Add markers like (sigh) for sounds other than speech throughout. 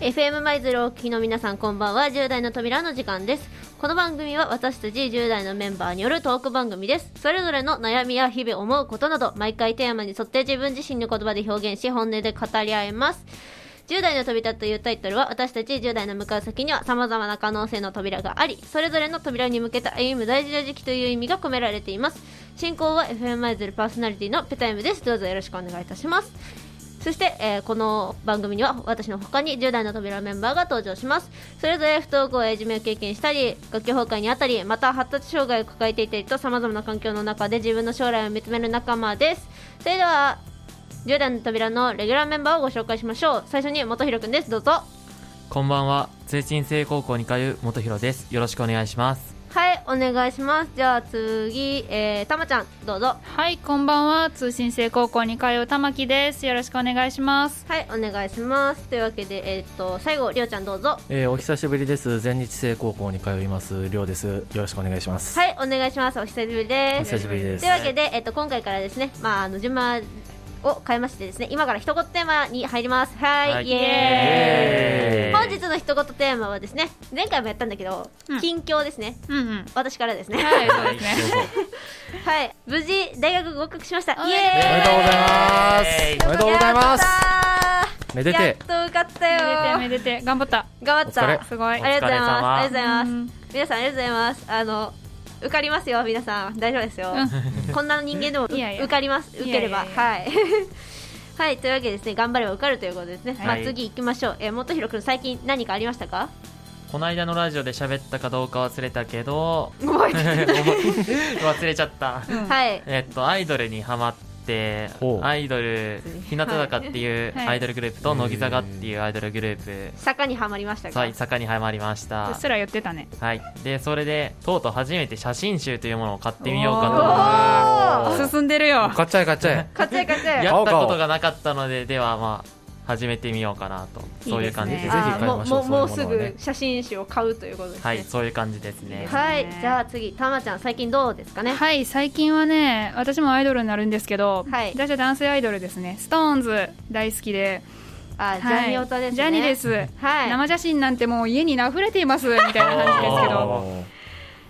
FM 舞鶴をお聞きの皆さんこんばんは10代の扉の時間ですこの番組は私たち10代のメンバーによるトーク番組ですそれぞれの悩みや日々思うことなど毎回テーマに沿って自分自身の言葉で表現し本音で語り合います10代の扉というタイトルは私たち10代の向かう先には様々な可能性の扉がありそれぞれの扉に向けた歩む大事な時期という意味が込められています進行は FM 舞鶴パーソナリティのペタイムですどうぞよろしくお願いいたしますそして、えーこの番組には私の他に10代の扉メンバーが登場しますそれぞれ不登校やいじめを経験したり学級崩壊にあったりまた発達障害を抱えていたりとさまざまな環境の中で自分の将来を見つめる仲間ですそれでは10代の扉のレギュラーメンバーをご紹介しましょう最初に元弘くんですどうぞこんばんは通信制高校に通う元弘ですよろしくお願いしますはいお願いしますじゃあ次、えー、たまちゃんどうぞはい、こんばんは。通信制高校に通う玉木です。よろしくお願いします。はいお願いしますというわけでえーっと最後りょうちゃんどうぞえーお久しぶりです全日制高校に通いますりょうですよろしくお願いしますはいお願いしますお久しぶりおです久しぶりですというわけで、えっと、今回からですね、まあ、あの順番を変えましてですね今から一言テーマに入りますはい、はいイエーイイエーイ本日の一言テーマはですね前回もやったんだけど、うん近況ですねうんうん。私からですねはい、そうですね。はい無事大学合格しましたおイめでおめでエとうございますおめーイやったでとうございますめでーやってと受かったよーめでてめでて頑張った。頑張ったお疲れすごい。ありがとうございますありおがとうございます、うん皆さんありがとうございますあの受かりますよ皆さん大丈夫ですよ、 (laughs) こんな人間でもういやいや受かります受ければいはやいい (laughs) はいというわけでですね頑張れば受かるということですね、はいまあ次行きましょうえー元弘くん最近何かありました (laughs) かこの間のラジオで喋ったかどうか忘れたけど (laughs) 覚えてない忘れちゃったうん (laughs) はいえっとアイドルにハマってほうアイドル日向坂っていうはいアイドルグループと乃木坂っていうアイドルグループ坂にはまりましたかさ坂にハマりましうたっすら言ってたね。はいでそれでとうとう初めて写真集というものを買ってみようおかー進んでるよ。買っちゃえ買っちゃえ勝ち勝ちとあやったことがなかったのでではまあ始めてみようかなとそういう感じでいいすですねーぜひ買いもまうしょもううもうそうすいうものはねぐ写真集を買うということですはいねそういう感じですねはい、いいですねじゃあ次たまちゃん最近どうですかねはい、最近はね、私もアイドルになるんですけど、はい私は男性アイドルですね。ストーンズ大好きで、あジはいャニオタですねジャニです。はい生写真なんてもう家に溢れていますみたいな感じですけど。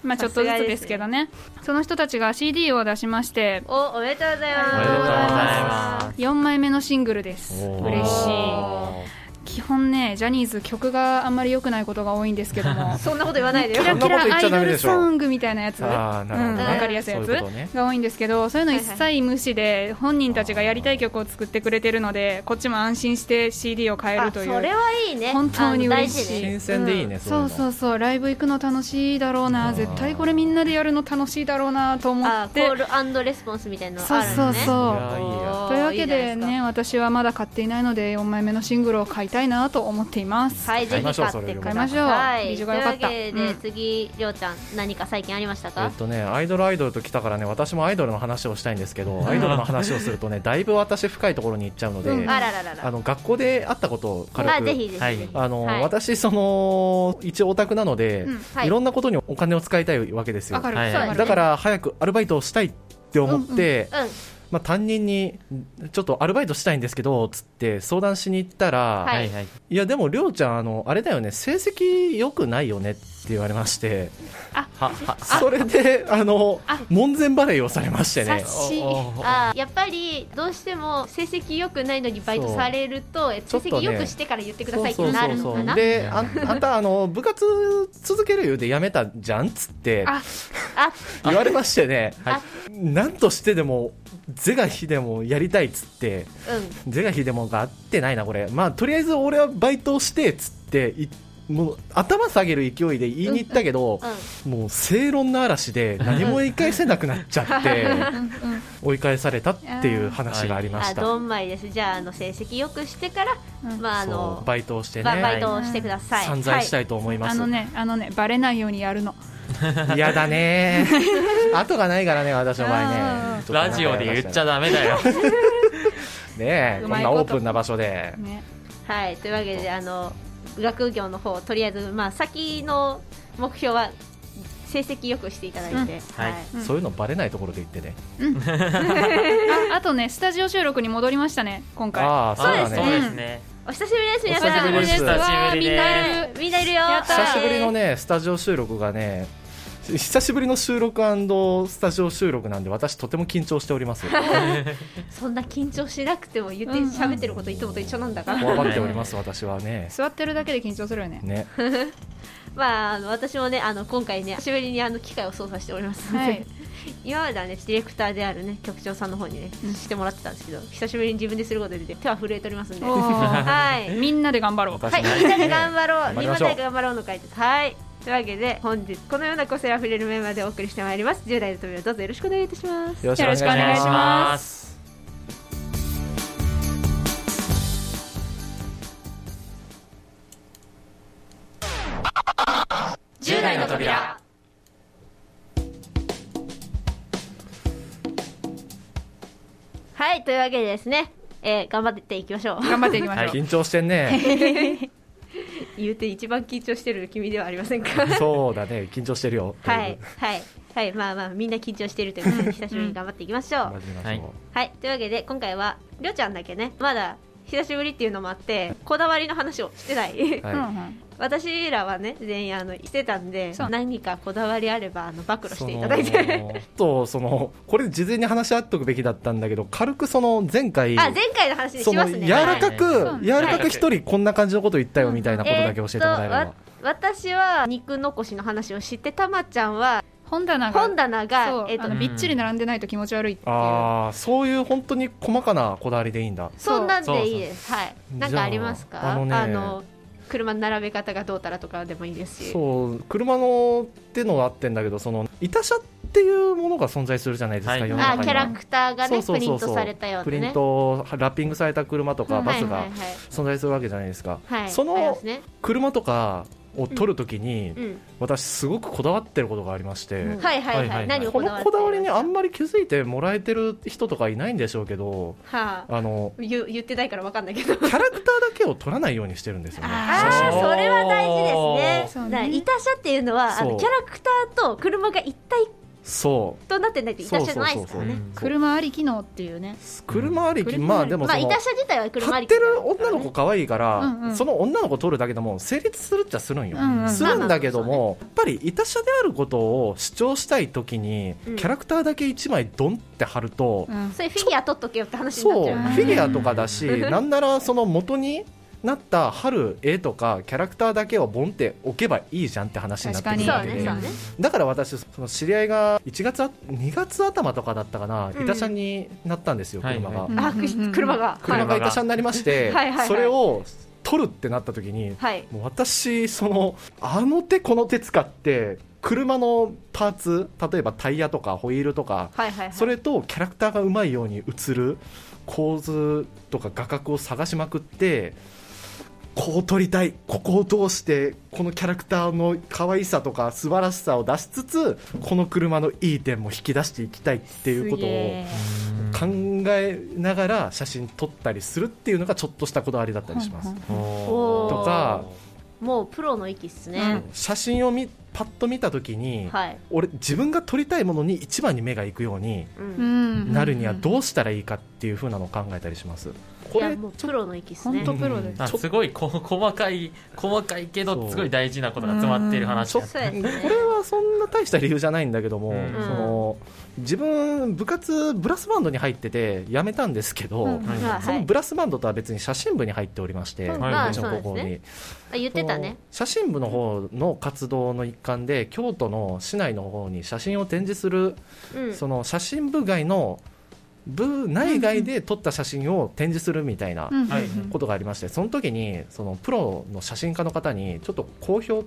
まあちょっとずつですけどねその人たちが CD を出しましておおめでとうございますおめでとうございます4枚目のシングルですおー嬉しい基本ねジャニーズ曲があんまり良くないことが多いんですけど (laughs) もそんなこと言わないでよキラキラそんなこと言アっちゃイダドメルでしょソングみたいなやつうんあーなるほどねわかりやすいやそういつうことねが多いんですけどそういうの一は切無視で本人たちがやりたい曲を作ってくれてるのでこっちも安心して CD を買えるあとそいれうはいいね本当にあの大嬉事しいね新鮮でいいねそううそいううそうライブ行くの楽しいだろうなうん絶対これみんなでやるの楽しいだろうなと思あっコてールアンドレスポンスみたいなのそうあるそのうねそうあいいおーやというわけでいじゃなねい私はまだ買っていないので4枚目のシングルを買いたいなと思っています、すかはいぜ買いまひしょう買ってくださいそれよりも買いましょうはいビジュが良かったというわけで次りょうちゃん何か最近ありましたえっかとね、アイドルアイドルと来たからね私もアイドルの話をしたいんですけどアイドルの話をするとねだいぶ私深いところに行っちゃうので、うんあららららあの学校であったことを軽くあぜひぜひはいぜひあの、はい私その一応オタクなので、うんはいい、ろんなことにお金を使いたいわけですよわかる、はいそうだから早くアルバイトをしたいって思って、うんまあ、担任にちょっとアルバイトしたいんですけどつって相談しに行ったら、はいはいはいい、やでもりょうちゃんあのあれだよね成績良くないよねって言われましてははそれであの門前払いをされましてね察しあやっぱりどうしても成績良くないのにバイトされるとえ成そう績良くしてから言ってくださいってなるのかなであんあんたあの部活続ける言うてやめたじゃんっつってああ言われましてね、あなんとしてでも是が非でもやりたいっつってうん是が非でもが合ってないなこれまあとりあえず俺はバイトをしてっつっていもう頭下げる勢いで言いに行ったけど、うんもう正論の嵐で何も追い返せなくなっちゃって追い返されたっていう話がありまあした、どんまいですじゃああの成績良くしてからうんまああそのうバイトをしてねババイトをしてください散財したはいいと思いまあす、のねあのねバレないようにやるの嫌だね後がないからね私の場合あねーラジオで言っちゃだダメだよねえうこまんいなことオープンな場所でねはい、というわけであの学業の方とりあえず、まあ、先の目標は成績良くしていただいて、はいうんそういうのバレないところで言ってねああとねスタジオ収録に戻りましたね今回ああそうだそうですねそうですねお久しぶりです皆お久さしぶんりですわあお久しぶりみんですないるみんないるよやったー久しぶりのねスタジオ収録がね久しぶりの収録スタジオ収録なんで私とても緊張しておりますそんな緊張しなくても言ってうんうん喋ってることいつもと一緒なんだから怖がっております私はね座ってるだけで緊張するよねねまあ、あの私もねあの今回ね久しぶりにあの機械を操作しておりますので、はい今まではねディレクターであるね局長さんの方にねうんしてもらってたんですけど久しぶりに自分ですることで、ね、手は震えておりますんでおはーい、みんなで頑張ろうはい、みんなで頑張ろう頑み張りんなましょうで頑張ろうの会ですはいというわけで本日このような個性あふれるメンバーでお送りしてまいります10代の扉どうぞよろしくお願いいたしますよろしくお願いしよろしくお願いましすます10代の扉はいというわけでですね、えー頑張っていきましょう頑張っていきましょう、緊張してんね (laughs) 言うて一番緊張してる君ではありませんかそうだね緊張してるよはいはいはいまあまあみんな緊張してるということで久しぶりに頑張っていきましょう、真面目なはいそうはいというわけで今回はりょうちゃんだけねまだ久しぶりっていうのもあってこだわりの話をしてないはういんうん私らはね全員あのしてたんでそう何かこだわりあればあの暴露しそていのただいてとそのこれ事前に話し合っとくべきだったんだけど軽くその前 (laughs) 回あ前回の話にそしまのすね柔らかはいそうく柔らかく一人こんな感じのこと言ったよみたいなことだけ教えてもらええれーっばと私は肉残しの話を知ってたまちゃんは本棚が本棚そがう、えーっあとのびっちり並んでないと気持ち悪いっていうああそういう本当に細かなこだわりでいいんだそんなんでいいですはいなんかありますじゃかああのね車の並べ方がどうたらとかでもいいですしそう車のってのはあってんだけどその板車っていうものが存在するじゃないですか、はい世の中あにはキャラクターがねそうそうそうそうプリントされたようなねプリントラッピングされた車とかうんバスはがいはいはい存在するわけじゃないですか、はい、そのありますね車とかを撮るときに、うん私すごくこだわってることがありまして、うんはいはいはい、はいはいはい何をここのだわってこだわりにあんんまり気づいてもらえてる人とかいないんでしょうけどはああの言言ってないからわかんないけどキャラクターだけを撮らないようにしてるんですよね (laughs) あああそうそれは大事ですそねうねだから板車っていうのはあそのうキャラクターと車が一体そとなってないとう板そう車そうじゃそうないでそうすからね車あり機能っていうね車ありきまあでもまあその板車自体は車あ買りっきてだからねる女の子可愛いから、うんうんその女の子撮るだけでも成立するっちゃするんよ、うんうんするんだけども、やっぱりいたしゃであることを主張したい時に、うんキャラクターだけ1枚ドンって貼ると、うんそういうフィギュア取っとけよって話になっそうちフゃううんィギュアとかだし、なんならその元になった貼る絵とかキャラクターだけをボンって置けばいいじゃんって話になってくうるんそうわけねで、そうねだから私その知り合いが1月あ2月頭とかだったかな、うんいたしゃになったんですよはい車が。はいうんあくし車がは車いが板車になりましはて、いはいはいそれを取るってなった時にはいもう私そのあの手この手使って車のパーツ例えばタイヤとかホイールとかはいはいそれとキャラクターがうまいように映る構図とか画角を探しまくってこう撮りたいここを通してこのキャラクターの可愛さとか素晴らしさを出しつつこの車のいい点も引き出していきたいっていうこすとげをえ考えながら写真撮ったりするっていうのがちょっとしたこだわりだったりします、うんうんおーーとかもうプロの域っすね、写真を見パッと見た時に、はい、俺自分が撮りたいものに一番に目が行くようにう、うんんなるにはどうしたらいいかっていう風なのを考えたりします、こいやれもうプロの域っすね本当プロですあすごいこ細かい細かいけそどうすごい大事なことが詰まってる話ちょだっっとたそうですねこれはそんな大した理由じゃないんだけども、うんその自分部活ブラスバンドに入ってて辞めたんですけど、うんはいまあそはのいブラスバンドとは別に写真部に入っておりまして、うんまあうちの高校そうですにね。あ言ってたね写真部の方の活動の一環で京都の市内の方に写真を展示する、うんその写真部外の部内外で撮った写真を展示するみたいなうんうんうんはいことがありましてその時にそのプロの写真家の方にちょっと公表を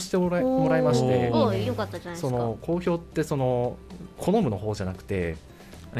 してもらいおーもらいましておおいよかったじゃないでそすかの公表ってその好むの方じゃなくて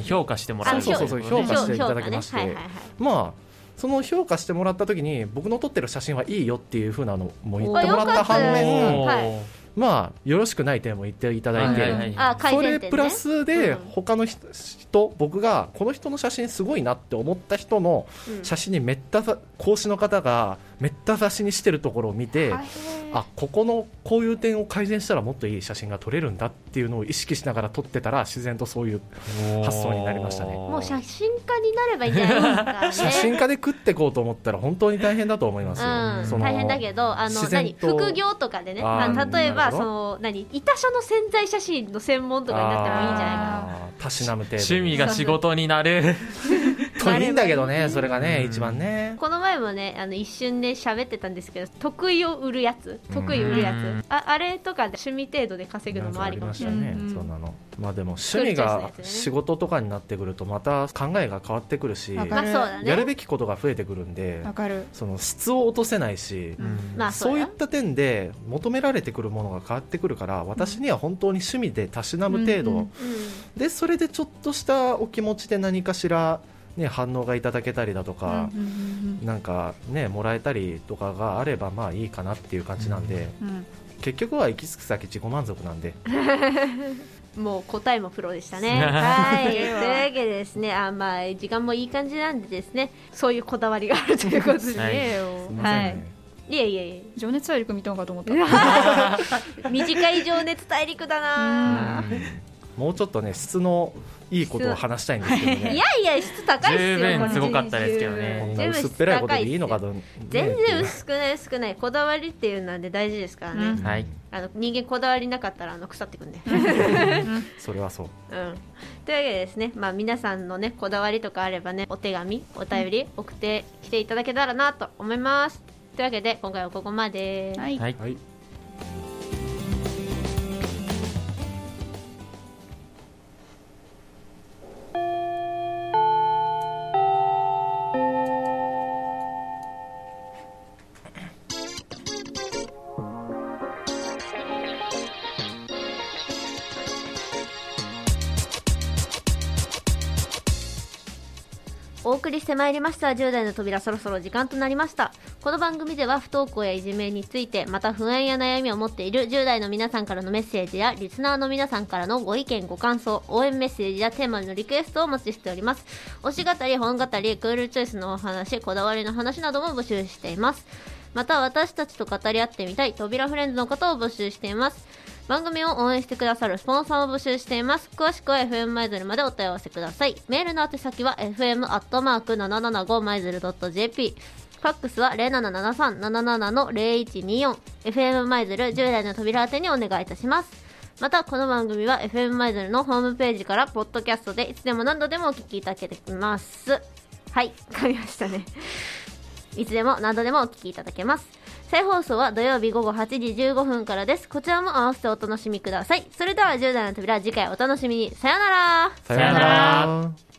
評価してもらあうそうそうそうとい評価していただきまして評価ねはいはいはいまあその評価してもらった時に僕の撮ってる写真はいいよっていう風なのも言ってもらった反およかった面ねはいまあよろしくない点も言っていただいて、はいはいあ改そ善点、ね、れプラスでうん他の人,、人僕がこの人の写真すごいなって思った人のうん写真にめった格子の方がめった刺しにしてるところを見て、はいあここのこういう点を改善したらもっといい写真が撮れるんだっていうのを意識しながら撮ってたら自然とそういう発想になりましたねもう写真家になればいいんじゃないですか、 (laughs) 写ね。真家で食っていこうと思ったら本当に大変だと思いますよ、うそん、の大変だけどあの自然何と副業とかでねああーの例えなばるほどその何板書の潜在写真の専門とかになってもいいんじゃないかななあーたしなむ程度趣味が仕事になるといいんだけどねそれがうねん一番ねこの前もねあの一瞬で喋ってたんですけど得意を売るやつうん得意売るやつ、うんああれとかで趣味程度で稼ぐのもありかもしれないなねんかありましたねうんうんそんなのまあでも趣味が仕事とかになってくるとまた考えが変わってくるしわまかあそうだやるねべきことが増えてくるんでわかるその質を落とせないしうんまあそういやった点で求められてくるものが変わってくるから私には本当に趣味でたしなむ程度、うんうんうでそれでちょっとしたお気持ちで何かしら、ね、反応がいただけたりだとかうん、うんなんかねもらえたりとかがあればまあいいかなっていう感じなんで、うんうん結局は行き着く先自己満足なんでんもう答えもプロで (laughs) したねははいいというわけでですねあまあ時間もいい感じなんでですねそういうこだわりがあるということですね、はいええよすいませんはいい、えいえいえ情熱大陸見たのかと思った短い情熱大陸だなもうちょっとね質のいいことを話したいんですけどいやねいや質高いっすよ十分こっちすごかったですけどねこん十な分薄っ質ぺらいこと高でいいのかっすよと、ね、全然薄くない薄くないこだわりっていうのはね大事ですからね、うんはいあの人間こだわりなかったらあの腐ってくんで、うん、それはそうというわけでですね、まあ、皆さんのねこだわりとかあればねお手紙お便り送ってきていただけたらなと思いますというわけで今回はここまで、はいはいはいお送りしてまいりました10代の扉そろそろ時間となりましたこの番組では不登校やいじめについてまた不安や悩みを持っている10代の皆さんからのメッセージやリスナーの皆さんからのご意見ご感想応援メッセージやテーマのリクエストをお待ちしております推し語り本語りクールチョイスのお話こだわりの話なども募集していますまた私たちと語り合ってみたい扉フレンズのことを募集しています番組を応援してくださるスポンサーを募集しています詳しくは FM マイズルまでお問い合わせくださいメールの宛先は FM アットマーク 775-maizuru.jp ファックスは0773-77-0124 FM マイズル10代の扉宛てにお願いいたしますまたこの番組は FM マイズルのホームページからポッドキャストでいつでも何度でもお聞きいただけてきますはい噛みましたねいつでも何度でもお聞きいただけます。再放送は土曜日午後8時15分からです。こちらも合わせてお楽しみください。それでは10代の扉、次回お楽しみに。さようならさよならら